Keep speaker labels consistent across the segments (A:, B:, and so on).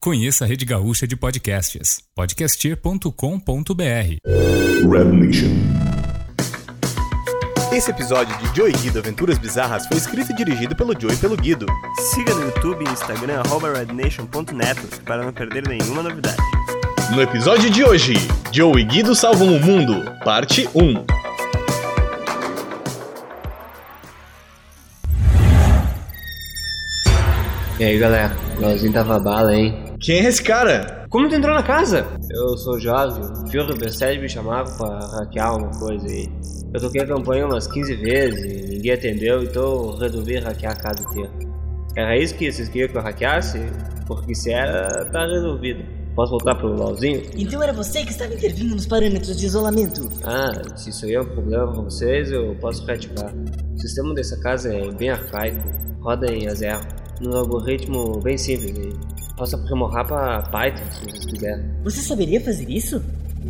A: Conheça a Rede Gaúcha de Podcasts, podcastir.com.br.
B: Red Nation.
C: Esse episódio de Joey Guido Aventuras Bizarras foi escrito e dirigido pelo Joey e pelo Guido.
D: Siga no YouTube e Instagram arroba rednation.network para não perder nenhuma novidade.
C: No episódio de hoje, Joey e Guido salvam o mundo, parte 1.
E: E aí galera, Leozinho tava bala, hein?
C: Quem é esse cara?
E: Como tu entrou na casa? Eu sou o Jovem, Fiorro B7 me chamava pra hackear alguma coisa aí. Eu toquei a campanha umas 15 vezes e ninguém atendeu, então eu resolvi hackear a casa inteira. Era isso que vocês queriam que eu hackeasse? Porque se era, tá resolvido. Posso voltar pro LOLzinho?
F: Então era você que estava intervindo nos parâmetros de isolamento.
E: Ah, se isso aí é um problema pra vocês, eu posso reativar. O sistema dessa casa é bem arcaico, roda em AZERO, num algoritmo bem simples. E posso aprimorar pra Python se vocês quiserem.
F: Você saberia fazer isso?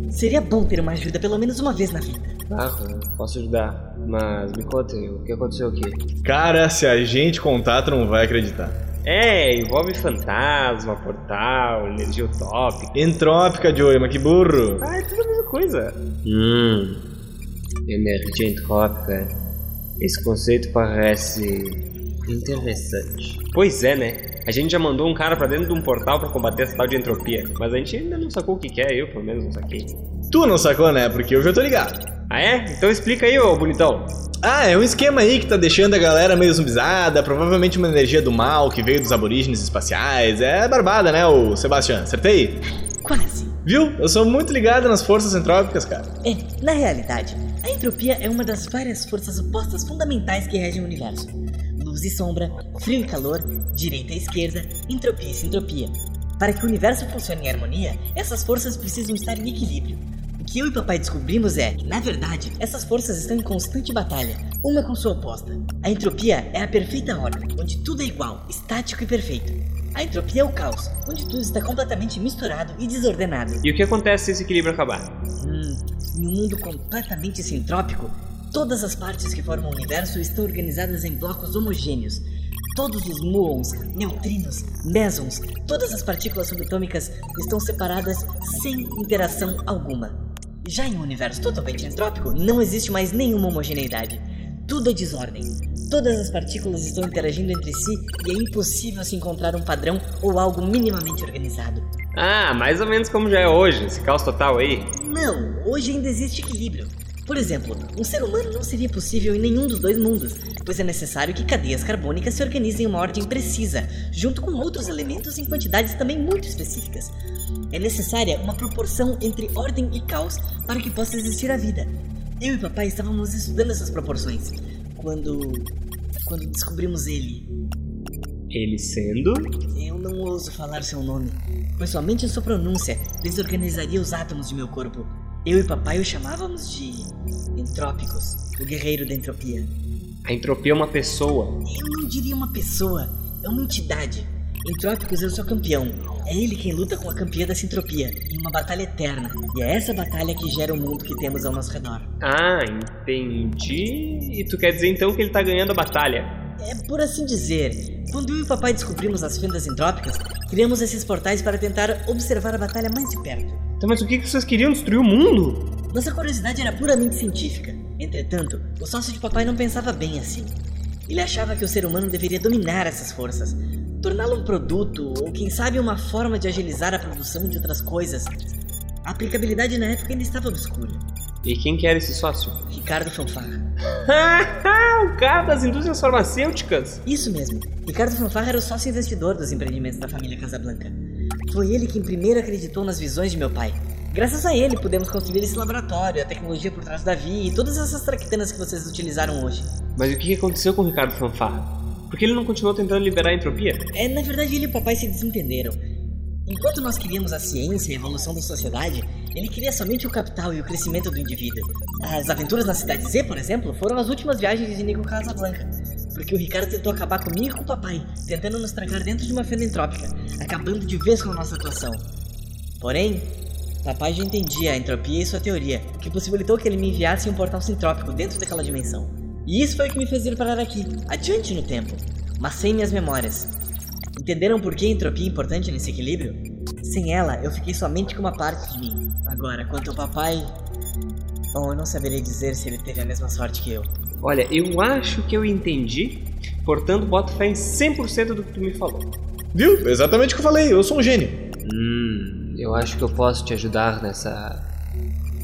F: Seria bom ter uma ajuda pelo menos uma vez na vida.
E: Claro, eu posso ajudar. Mas me contem, o que aconteceu aqui?
C: Cara, se a gente contar, tu não vai acreditar.
E: É, envolve fantasma, portal, energia utópica.
C: Entrópica, Joey, mas que burro.
E: Ah, é tudo a mesma coisa. Hum. Energia entrópica. Esse conceito parece interessante. Pois é, né? A gente já mandou um cara pra dentro de um portal pra combater essa tal de entropia, mas a gente ainda não sacou o que que é, eu pelo menos não saquei.
C: Tu não sacou, né? Porque eu já tô ligado.
E: Ah é? Então explica aí, ô bonitão.
C: Ah, é um esquema aí que tá deixando a galera meio zumbizada, provavelmente uma energia do mal que veio dos aborígenes espaciais. É barbada, né, ô Sebastião? Acertei?
F: Quase.
C: Viu? Eu sou muito ligado nas forças entrópicas, cara.
F: É, na realidade, a entropia é uma das várias forças opostas fundamentais que regem o universo. Luz e sombra, frio e calor, direita e esquerda, entropia e sintropia. Para que o universo funcione em harmonia, essas forças precisam estar em equilíbrio. O que eu e papai descobrimos é que, na verdade, essas forças estão em constante batalha, uma com sua oposta. A entropia é a perfeita ordem, onde tudo é igual, estático e perfeito. A entropia é o caos, onde tudo está completamente misturado e desordenado.
E: E o que acontece se esse equilíbrio acabar?
F: Hum, em um mundo completamente sintrópico, todas as partes que formam o universo estão organizadas em blocos homogêneos. Todos os muons, neutrinos, mesons, todas as partículas subatômicas estão separadas sem interação alguma. Já em um universo totalmente entrópico, não existe mais nenhuma homogeneidade. Tudo é desordem. Todas as partículas estão interagindo entre si e é impossível se encontrar um padrão ou algo minimamente organizado.
E: Ah, mais ou menos como já é hoje, esse caos total aí.
F: Não, hoje ainda existe equilíbrio. Por exemplo, um ser humano não seria possível em nenhum dos dois mundos, pois é necessário que cadeias carbônicas se organizem em uma ordem precisa, junto com outros elementos em quantidades também muito específicas. É necessária uma proporção entre ordem e caos para que possa existir a vida. Eu e papai estávamos estudando essas proporções quando. quando descobrimos ele.
E: Ele sendo?
F: Eu não ouso falar seu nome, pois somente a sua pronúncia desorganizaria os átomos de meu corpo. Eu e papai o chamávamos de. Entrópicos, o guerreiro da entropia.
E: A entropia é uma pessoa.
F: Eu não diria uma pessoa, é uma entidade. Entrópicos é o seu campeão. É ele quem luta com a campeã da sintropia, em uma batalha eterna. E é essa batalha que gera o mundo que temos ao nosso redor.
E: Ah, entendi. E tu quer dizer então que ele tá ganhando a batalha?
F: É por assim dizer, quando eu e o papai descobrimos as fendas entrópicas, criamos esses portais para tentar observar a batalha mais de perto.
E: Então, mas o que que vocês queriam? Destruir o mundo?
F: Nossa curiosidade era puramente científica. Entretanto, o sócio de papai não pensava bem assim. Ele achava que o ser humano deveria dominar essas forças, torná-lo um produto ou, quem sabe, uma forma de agilizar a produção de outras coisas. A aplicabilidade na época ainda estava obscura.
E: E quem que era esse sócio?
F: Ricardo Fanfarra.
E: o cara das indústrias farmacêuticas!
F: Isso mesmo, Ricardo Fanfarra era o sócio investidor dos empreendimentos da família Casablanca. Foi ele quem primeiro acreditou nas visões de meu pai. Graças a ele, pudemos construir esse laboratório, a tecnologia por trás da Vi e todas essas traquitanas que vocês utilizaram hoje.
E: Mas o que que aconteceu com o Ricardo Fanfarra? Por que ele não continuou tentando liberar a entropia?
F: É, na verdade, ele e o papai se desentenderam. Enquanto nós queríamos a ciência e a evolução da sociedade, ele queria somente o capital e o crescimento do indivíduo. As aventuras na Cidade Z, por exemplo, foram as últimas viagens de Nico Casablanca. Porque o Ricardo tentou acabar comigo e com o papai, tentando nos trancar dentro de uma fenda entrópica, acabando de vez com a nossa atuação. Porém, papai já entendia a entropia e sua teoria, o que possibilitou que ele me enviasse em um portal sintrópico dentro daquela dimensão. E isso foi o que me fez ir parar aqui, adiante no tempo, mas sem minhas memórias. Entenderam por que a entropia é importante nesse equilíbrio? Sem ela, eu fiquei somente com uma parte de mim. Agora, quanto ao papai. Bom, eu não saberei dizer se ele teve a mesma sorte que eu.
E: Olha, eu acho que eu entendi. Portanto, boto fé em 100% do que tu me falou.
C: Viu? Exatamente o que eu falei, eu sou um gênio.
E: Hum, eu acho que eu posso te ajudar nessa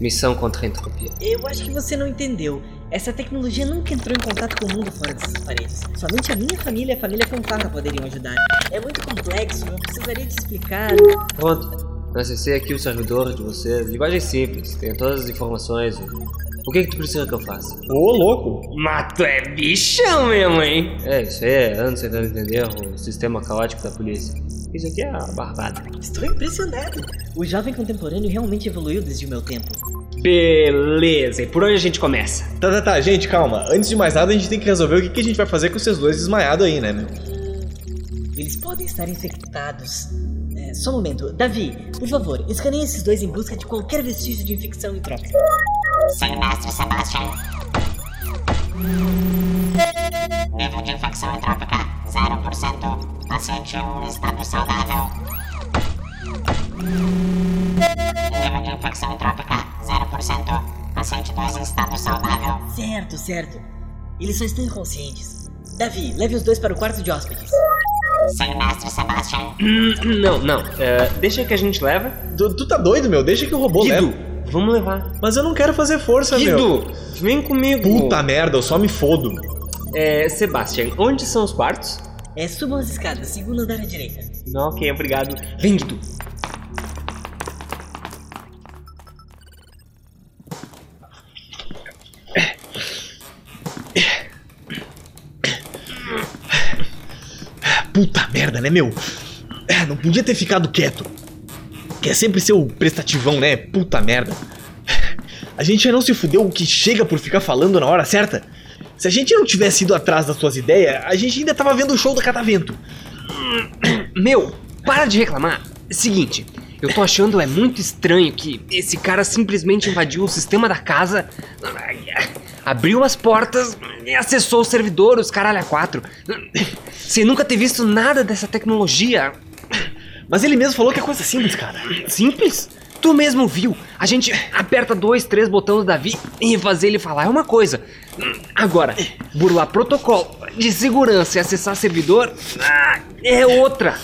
E: missão contra a entropia.
F: Eu acho que você não entendeu. Essa tecnologia nunca entrou em contato com o mundo fora dessas paredes. Somente a minha família e a família Confaca poderiam ajudar. É muito complexo, eu precisaria te explicar.
E: Pronto, eu acessei aqui o servidor de vocês. Linguagem simples, tem todas as informações. O que que tu precisa que eu faça?
C: Ô, louco.
E: Mas tu é bichão mesmo, hein? É, isso aí é antes de entender o sistema caótico da polícia. Isso aqui é uma barbada.
F: Estou impressionado. O jovem contemporâneo realmente evoluiu desde o meu tempo.
E: Beleza, e por onde a gente começa?
C: Tá, tá, tá, gente, calma. Antes de mais nada, a gente tem que resolver o que, que a gente vai fazer com esses dois desmaiados aí, né, meu?
F: Eles podem estar infectados. É, só um momento. Davi, por favor, escaneie esses dois em busca de qualquer vestígio de infecção e troca.
B: Sim, mestre Sebastian. Nível de infecção entrópica 0%. Paciente 1 em estado saudável. Nível de infecção entrópica 0%. Paciente 2 em estado saudável.
F: Certo, certo. Eles só estão inconscientes. Davi, leve os dois para o quarto de hóspedes.
B: Sim, mestre Sebastian.
E: Não, não, é, deixa que a gente leva.
C: Tu, tu tá doido, meu? Deixa que o robô
E: Guido,
C: leva.
E: vamos levar.
C: Mas eu não quero fazer força, Tá, meu.
E: Guido, vem comigo.
C: Puta merda, eu só me fodo.
E: É, Sebastian, onde são os quartos?
F: É, subam as escadas, segundo andar à direita.
E: Não, ok, obrigado. Vem, Guido.
C: Puta merda, né, meu? É, não podia ter ficado quieto. Quer sempre ser o prestativão, né? Puta merda. A gente já não se fudeu o que chega por ficar falando na hora certa? Se a gente não tivesse ido atrás das suas ideias, a gente ainda tava vendo o show do Catavento.
E: Meu, para de reclamar. Seguinte, eu tô achando é muito estranho que esse cara simplesmente invadiu o sistema da casa, abriu as portas e acessou o servidor, os caralho a quatro. Sem nunca ter visto nada dessa tecnologia.
C: Mas ele mesmo falou que é coisa simples, cara.
E: Simples? Tu mesmo viu. A gente aperta dois, três botões do Davi e fazer ele falar é uma coisa. Agora, burlar protocolo de segurança e acessar servidor ah, é outra.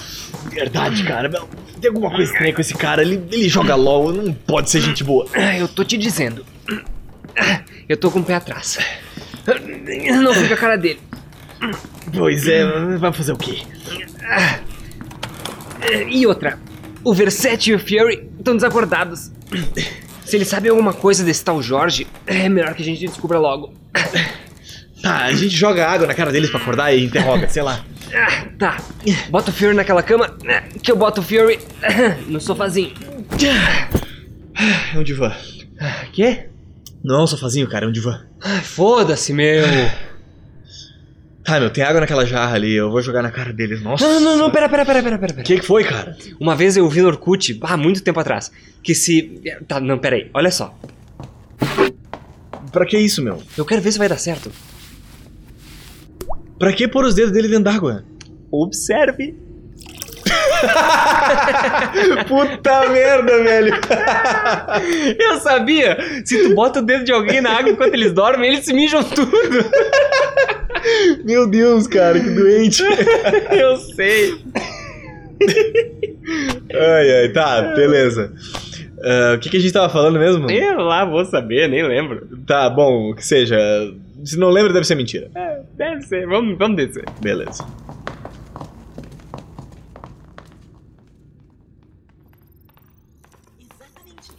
C: Verdade, cara. Meu, Tem alguma coisa estranha com esse cara. Ele, ele joga LOL, não pode ser gente boa.
E: Ah, Eu tô te dizendo. Eu tô com o pé atrás. Não fica a cara dele.
C: Pois é, mas vai fazer o quê?
E: E outra. O Verset e o Fury estão desacordados. Se ele sabe alguma coisa desse tal Jorge, é melhor que a gente descubra logo.
C: Tá, a gente joga água na cara deles pra acordar e interroga, sei lá.
E: Ah, Tá, bota o Fury naquela cama, que eu boto o Fury no sofazinho.
C: É um divã.
E: Quê?
C: Não é um sofazinho, cara, é um divã.
E: Ah, Foda-se, meu.
C: Tá, meu, tem água naquela jarra ali, eu vou jogar na cara deles. Nossa.
E: Ah, Não, não, não, não, pera, pera, pera, pera, pera. pera.
C: O que, que foi, cara?
E: Uma vez eu vi no Orkut, há muito tempo atrás, que se... Tá, não, pera aí, olha só.
C: Pra que isso, meu?
E: Eu quero ver se vai dar certo.
C: Pra que pôr os dedos dele dentro d'água?
E: Observe.
C: Puta merda, velho.
E: Eu sabia! Se tu bota o dedo de alguém na água enquanto eles dormem, eles se mijam tudo.
C: Meu Deus, cara, que doente.
E: Eu sei.
C: Ai, ai, tá, beleza. Ah, o que, que a gente tava falando mesmo?
E: Eu lá Ah, vou saber, nem lembro.
C: Tá, bom, o que seja. Se não lembra, deve ser mentira.
E: É, Deve ser, vamos, vamos descer.
C: Beleza.
F: Exatamente.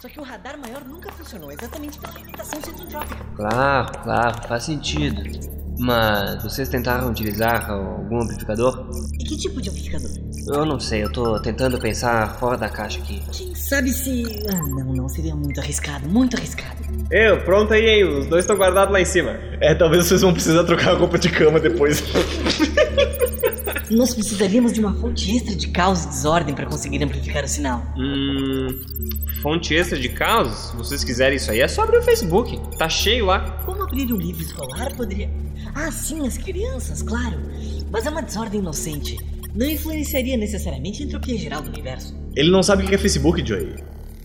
F: Só que o radar maior nunca funcionou, exatamente pela limitação centrotrópica.
E: Claro, claro, faz sentido. Mas vocês tentaram utilizar algum amplificador?
F: E que tipo de amplificador?
E: Eu não sei, eu tô tentando pensar fora da caixa aqui.
F: Quem sabe se. Ah, não, não, seria muito arriscado, muito arriscado.
E: Eu, pronto aí, hein? Os dois estão guardados lá em cima.
C: É, talvez vocês vão precisar trocar a roupa de cama depois.
F: nós precisaríamos de uma fonte extra de caos e desordem para conseguir amplificar o sinal.
E: Hum. Fonte extra de casos? Se vocês quiserem isso aí, é só abrir o Facebook. Tá cheio lá.
F: Como abrir um livro escolar poderia. Ah, sim, as crianças, claro. Mas é uma desordem inocente. Não influenciaria necessariamente a entropia geral do universo.
C: Ele não sabe o que é Facebook, Joey.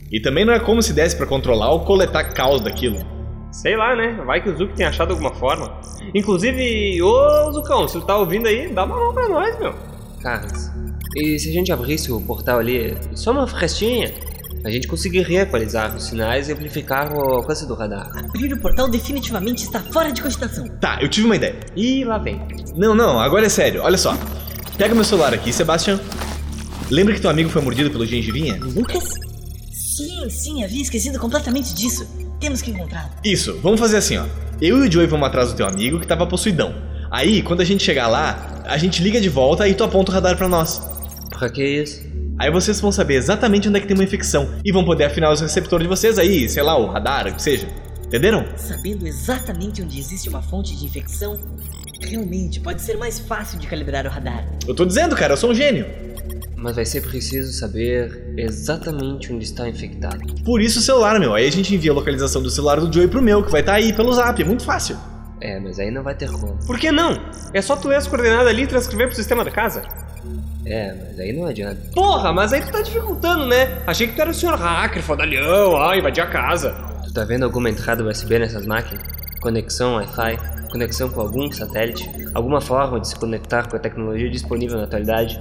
C: E também não é como se desse pra controlar ou coletar caos daquilo.
E: Sei lá, né? Vai que o Zuki tem achado alguma forma. Inclusive, ô Zucão, se tu tá ouvindo aí, dá uma mão pra nós, meu. Caras, e se a gente abrisse o portal ali, só uma frestinha, a gente conseguiria equalizar os sinais e amplificar o alcance do radar.
F: Abrir o portal definitivamente está fora de cogitação.
C: Tá, eu tive uma ideia.
E: E lá vem.
C: Não, não, agora é sério, olha só. Pega meu celular aqui, Sebastian. Lembra que teu amigo foi mordido pelo gengivinha?
F: Lucas? Sim, sim, havia esquecido completamente disso. Temos que encontrá-lo.
C: Isso, vamos fazer assim, ó. Eu e o Joey vamos atrás do teu amigo que tava possuidão. Aí, quando a gente chegar lá, a gente liga de volta e tu aponta o radar pra nós.
E: Pra que isso?
C: Aí vocês vão saber exatamente onde é que tem uma infecção e vão poder afinar os receptores de vocês aí, sei lá, o radar, o que seja. Entenderam?
F: Sabendo exatamente onde existe uma fonte de infecção, realmente pode ser mais fácil de calibrar o radar.
C: Eu tô dizendo, cara, eu sou um gênio.
E: Mas vai ser preciso saber exatamente onde está infectado.
C: Por isso o celular, meu. Aí a gente envia a localização do celular do Joey pro meu, que vai estar aí pelo zap. É muito fácil.
E: É, mas aí não vai ter como.
D: Por que não? É só tu ler as coordenadas ali e transcrever pro sistema da casa.
E: É, mas aí não adianta.
D: Porra, mas aí tu tá dificultando, né? Achei que tu era o senhor hacker, fodalhão, ah, invadir a casa.
E: Tu tá vendo alguma entrada USB nessas máquinas? Conexão Wi-Fi? Conexão com algum satélite? Alguma forma de se conectar com a tecnologia disponível na atualidade?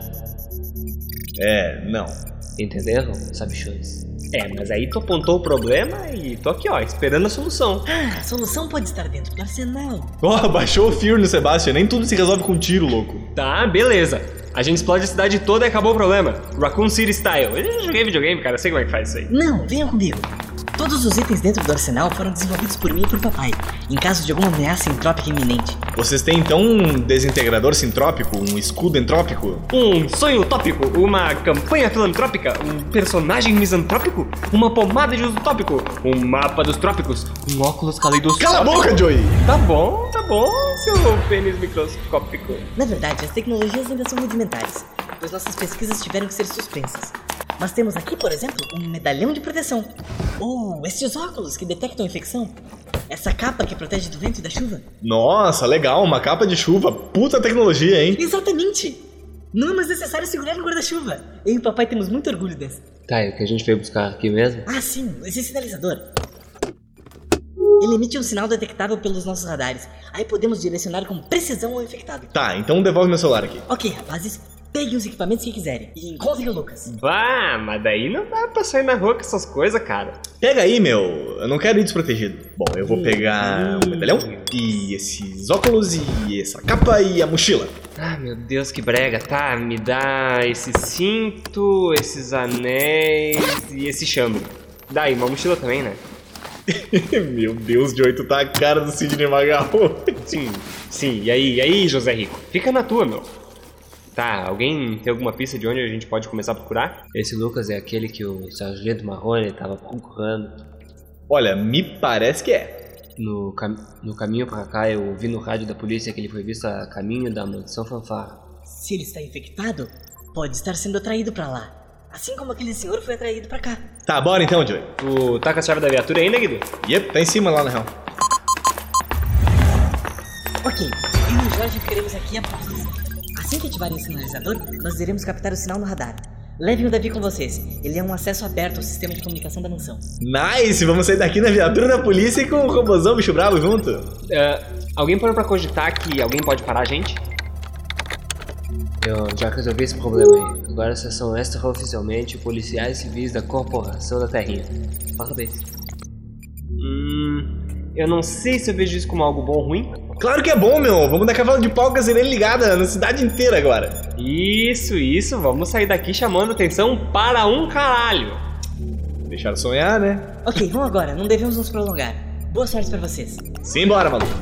C: É, não.
E: Entenderam, sabichões?
D: É, mas aí tu apontou o problema e tô aqui, ó, esperando a solução.
F: Ah, a solução pode estar dentro do arsenal.
C: Ó, baixou o fear no Sebastian. Nem tudo se resolve com tiro, louco.
D: Tá, beleza. A gente explode a cidade toda e acabou o problema. Raccoon City Style. Eu já joguei videogame, cara, eu sei como é que faz isso aí.
F: Não, venham comigo. Todos os itens dentro do arsenal foram desenvolvidos por mim e por papai, em caso de alguma ameaça entrópica iminente.
C: Vocês têm então um desintegrador sintrópico, um escudo entrópico?
D: Um sonho tópico, uma campanha filantrópica, um personagem misantrópico, uma pomada de uso tópico, um mapa dos trópicos, um óculos caleidoscópico.
C: Cala a boca, Joey!
D: Tá bom, tá bom, seu pênis microscópico.
F: Na verdade, as tecnologias ainda são rudimentares, pois nossas pesquisas tiveram que ser suspensas. Mas temos aqui, por exemplo, um medalhão de proteção. Ou esses óculos que detectam infecção. Essa capa que protege do vento e da chuva.
C: Nossa, legal, uma capa de chuva. Puta tecnologia, hein?
F: Exatamente! Não é mais necessário segurar no guarda-chuva. Eu e o papai temos muito orgulho dessa.
E: Tá, e o que a gente veio buscar aqui mesmo?
F: Ah, sim, esse sinalizador. Ele emite um sinal detectável pelos nossos radares. Aí podemos direcionar com precisão ao infectado.
C: Tá, então devolve meu celular aqui.
F: Ok, rapazes, peguem os equipamentos que quiserem. E encontrem o Lucas.
D: Bah, mas daí não dá pra sair na rua com essas coisas, cara.
C: Pega aí, meu. Eu não quero ir desprotegido. Bom, eu vou pegar o medalhão e esses óculos e essa capa e a mochila.
E: Ah, meu Deus, que brega. Tá, me dá esse cinto, esses anéis e esse chambre. Daí, uma mochila também, né?
C: meu Deus, Joey, tu tá a cara do Sidney Magal.
D: Sim, sim. E aí, e aí, José Rico? Fica na tua, meu.
E: Tá, alguém tem alguma pista de onde a gente pode começar a procurar? Esse Lucas é aquele que o Sargento Marrone tava procurando.
C: Olha, me parece que é.
E: No, cam no caminho pra cá, eu ouvi no rádio da polícia que ele foi visto a caminho da mansão fanfarra.
F: Se ele está infectado, pode estar sendo atraído pra lá. Assim como aquele senhor foi atraído pra cá.
C: Tá, bora então, Joey.
D: Tu tá com a chave da viatura ainda, Guido?
C: Yep, tá em cima lá na real.
F: Ok, eu e o Jorge ficaremos aqui apostos. Assim que ativarem o sinalizador, nós iremos captar o sinal no radar. Levem o Davi com vocês. Ele é um acesso aberto ao sistema de comunicação da mansão.
C: Nice, vamos sair daqui na viatura da polícia e com o robôzão bicho bravo junto.
D: Ah, alguém parou pra cogitar que alguém pode parar a gente?
E: Eu já resolvi esse problema aí. Agora vocês são extraoficialmente policiais civis da Corporação da Terrinha. Parabéns.
D: Hum, eu não sei se eu vejo isso como algo bom ou ruim.
C: Claro que é bom, meu. Vamos dar cavalo de pau com a sirene ligada na cidade inteira agora.
D: Isso, isso, vamos sair daqui chamando atenção para um caralho.
C: Deixaram sonhar, né?
F: Ok, vão agora, não devemos nos prolongar. Boa sorte pra vocês.
C: Simbora, maluco.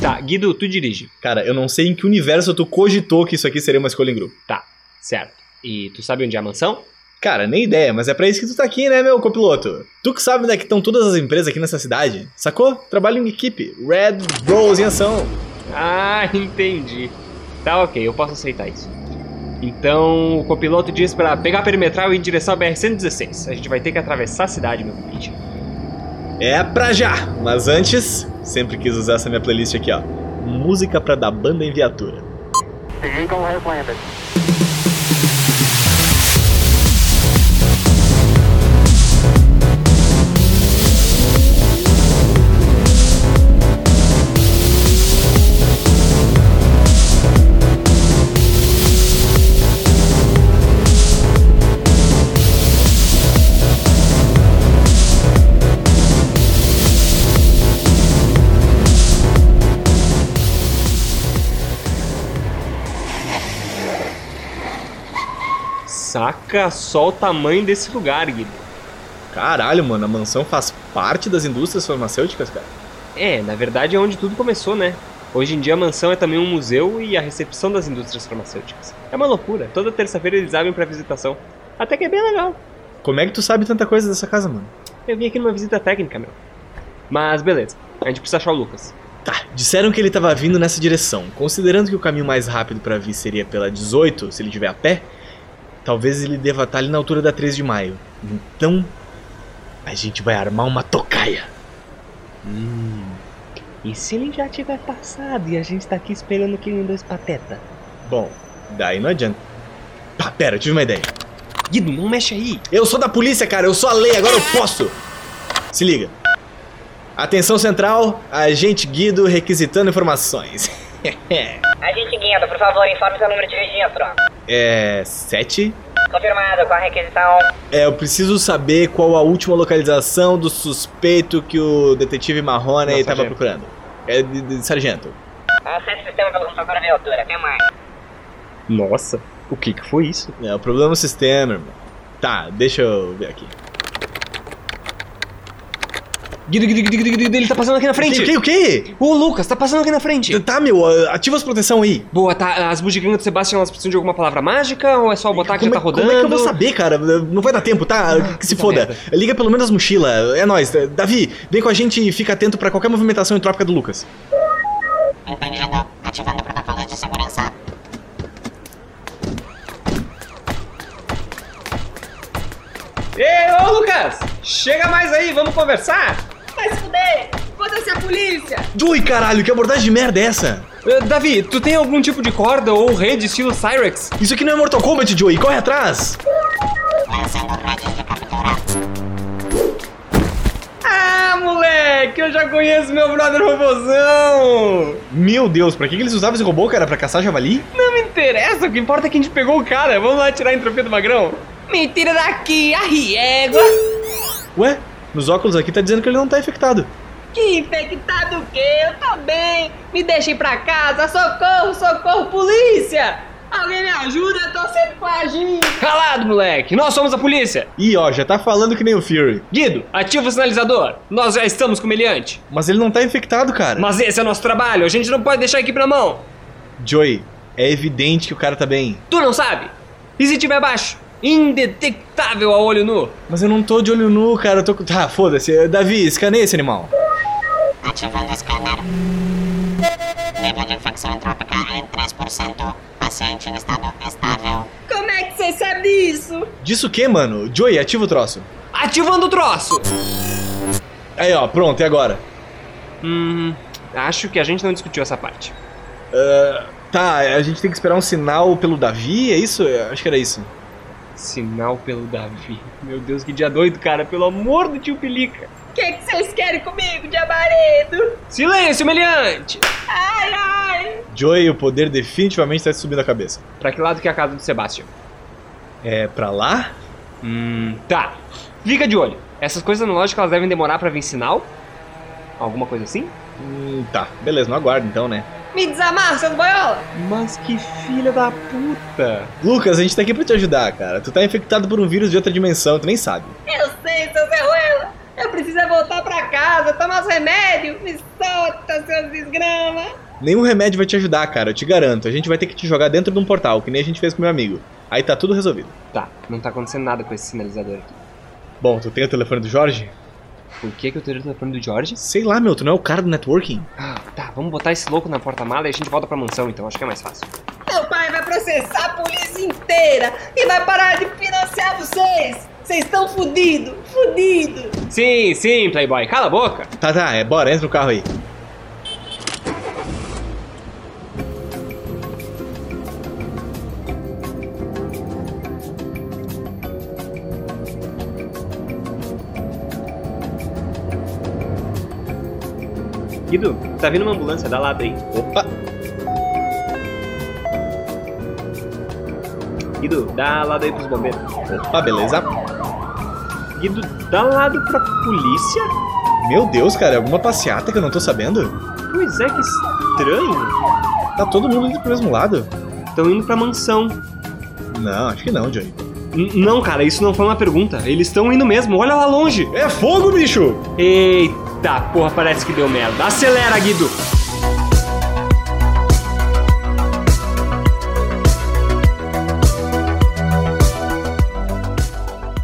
D: Tá, Guido, tu dirige.
C: Cara, eu não sei em que universo tu cogitou que isso aqui seria uma escolha em grupo.
D: Tá, certo. E tu sabe onde é a mansão?
C: Cara, nem ideia, mas é pra isso que tu tá aqui, né, meu copiloto? Tu que sabe onde é que estão todas as empresas aqui nessa cidade, sacou? Trabalho em equipe, Red Bros em ação.
E: Ah, entendi. Tá ok, eu posso aceitar isso. Então, o copiloto diz pra pegar a perimetral e ir em direção à BR-116. A gente vai ter que atravessar a cidade, meu convite.
C: É pra já, mas antes, sempre quis usar essa minha playlist aqui, ó. Música pra dar banda em viatura.
G: The Eagle has landed.
E: Saca só o tamanho desse lugar, Guilherme.
C: Caralho, mano, a mansão faz parte das indústrias farmacêuticas, cara.
E: É, na verdade é onde tudo começou, né? Hoje em dia a mansão é também um museu e a recepção das indústrias farmacêuticas. É uma loucura, toda terça-feira eles abrem pra visitação. Até que é bem legal.
C: Como é que tu sabe tanta coisa dessa casa, mano?
E: Eu vim aqui numa visita técnica, meu. Mas beleza, a gente precisa achar o Lucas.
C: Tá, disseram que ele tava vindo nessa direção. Considerando que o caminho mais rápido pra vir seria pela 18, se ele tiver a pé, talvez ele deva estar ali na altura da 13 de maio. Então, a gente vai armar uma tocaia.
E: E se ele já tiver passado e a gente tá aqui esperando que nem dois pateta?
C: Bom, daí não adianta. Pá, pera, eu tive uma ideia.
E: Guido, não mexe aí!
C: Eu sou da polícia, cara, eu sou a lei, agora eu posso! Se liga. Atenção central, agente Guido requisitando informações.
F: Agente Guindo, por favor, informe seu número de registro.
C: É. 7?
F: Confirmado com a requisição.
C: É, eu preciso saber qual a última localização do suspeito que o detetive Marrone
E: Não,
C: estava
E: sargento.
C: procurando. É, de, de- sargento.
F: Acesse o sistema pelo computador de altura. Até mais.
E: Nossa, o que que foi isso?
C: É, o problema é o sistema, irmão. Tá, deixa eu ver aqui.
E: Guido, Guido, Guido, Guido, Guido, ele tá passando aqui na
C: O
E: frente!
C: que, o que?
E: O Lucas tá passando aqui na frente!
C: Tá, meu, ativa as proteção aí.
E: Boa, tá. As bugigangas do Sebastião, elas precisam de alguma palavra mágica? Ou é só botar que já
C: Como
E: tá
C: é-
E: rodando? Ah,
C: Como é que eu vou saber, cara? Não vai dar tempo, tá? que se
E: puta
C: foda.
E: merda.
C: Liga pelo menos as mochilas. É nóis. Davi, vem com a gente e fica atento pra qualquer movimentação entrópica do Lucas.
H: Entendido. Ativando protocolos de segurança.
E: Ei, ô Lucas! Chega mais aí, vamos conversar!
I: Vai se fuder! Foda-se a polícia!
C: Ui, caralho, que abordagem de merda é essa?
E: Eh, Davi, tu tem algum tipo de corda ou rede estilo Cyrex?
C: Isso aqui não é Mortal Kombat, Joey. Corre atrás!
H: Lançando redes de captura.
E: Ah, moleque, eu já conheço meu brother robozão!
C: Meu Deus, pra que que eles usavam esse robô, cara? Pra caçar javali?
E: Não me interessa, o que importa é que a gente pegou o cara. Vamos lá tirar a entropia do magrão?
I: Mentira daqui, arriego!
C: Ué, nos óculos aqui tá dizendo que ele não tá infectado.
I: Que infectado o quê? Eu tô bem! Me deixem pra casa! Socorro, socorro, polícia! Alguém me ajuda, eu tô sendo coagido!
E: Calado, moleque! Nós somos a polícia!
C: Ih, ó, já tá falando que nem o Fury.
E: Guido, ativa o sinalizador! Nós já estamos com o meliante!
C: Mas ele não tá infectado, cara.
E: Mas esse é o nosso trabalho, a gente não pode deixar a equipe na mão!
C: Joey, é evidente que o cara tá bem.
E: Tu não sabe? E se tiver baixo? Indetectável a olho nu.
C: Mas eu não tô de olho nu, cara. Eu tô com. Tá, foda-se. Davi, escaneia esse animal.
H: Ativando o scanner. Nível de infecção entrópica em 3%. Paciente em estado estável.
I: Como é que você sabe isso?
C: Disso o quê, mano? Joey, ativa o troço.
E: Ativando o troço!
C: Aí, ó, pronto, e agora?
E: Hum, acho que a gente não discutiu essa parte.
C: Tá, a gente tem que esperar um sinal pelo Davi, é isso? Eu Acho que era isso.
E: Sinal pelo Davi. Meu Deus, que dia doido, cara. Pelo amor do tio Pelica.
I: O que, que vocês querem comigo, diabaredo?
E: Silêncio, meliante!
I: Ai, ai!
C: Joey, o poder definitivamente tá te subindo a cabeça.
E: Pra que lado que é a casa do Sebastião?
C: É pra lá?
E: Hum, tá. Fica de olho. Essas coisas no lógico elas devem demorar pra vir sinal? Alguma coisa assim?
C: Hum, tá, beleza, não aguardo então, né?
I: Me desamarra, seus boiola!
E: Mas que filha da puta!
C: Lucas, a gente tá aqui pra te ajudar, cara. Tu tá infectado por um vírus de outra dimensão, tu nem sabe.
I: Eu sei, seu Zé Ruela! Eu preciso é voltar pra casa, tomar os remédios! Me solta, seus desgrama!
C: Nenhum remédio vai te ajudar, cara, eu te garanto. A gente vai ter que te jogar dentro de um portal, que nem a gente fez com meu amigo. Aí tá tudo resolvido.
E: Tá, não tá acontecendo nada com esse sinalizador aqui.
C: Bom, tu tem o telefone do Jorge?
E: Por que, que eu teria o telefone do George?
C: Sei lá, meu, tu não é o cara do networking?
E: Ah, tá, vamos botar esse louco na porta-mala e a gente volta pra mansão, então acho que é mais fácil.
I: Meu pai vai processar a polícia inteira e vai parar de financiar vocês. Vocês estão fudidos, fudidos.
E: Sim, sim, Playboy, cala a boca!
C: Tá, tá, é, bora, entra no carro aí.
E: Guido, tá vindo uma ambulância, dá lado aí.
C: Opa,
E: Guido, dá lado aí pros bombeiros.
C: opa, Ah, beleza?
E: Guido, dá lado pra polícia?
C: Meu Deus, cara, é alguma passeata que eu não tô sabendo?
E: Pois é, que estranho.
C: Tá todo mundo indo pro mesmo lado?
E: Estão indo pra mansão.
C: Não, acho que não, Johnny.
E: N- não, cara, isso não foi uma pergunta. Eles estão indo mesmo, olha lá longe.
C: É fogo, bicho!
E: Eita, porra, parece que deu merda. Acelera, Guido!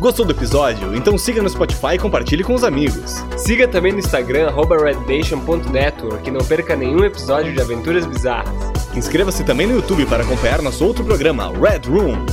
C: Gostou do episódio? Então siga no Spotify e compartilhe com os amigos.
E: Siga também no Instagram, arroba rednation.network e não perca nenhum episódio de Aventuras Bizarras.
C: Inscreva-se também no YouTube para acompanhar nosso outro programa, Red Room.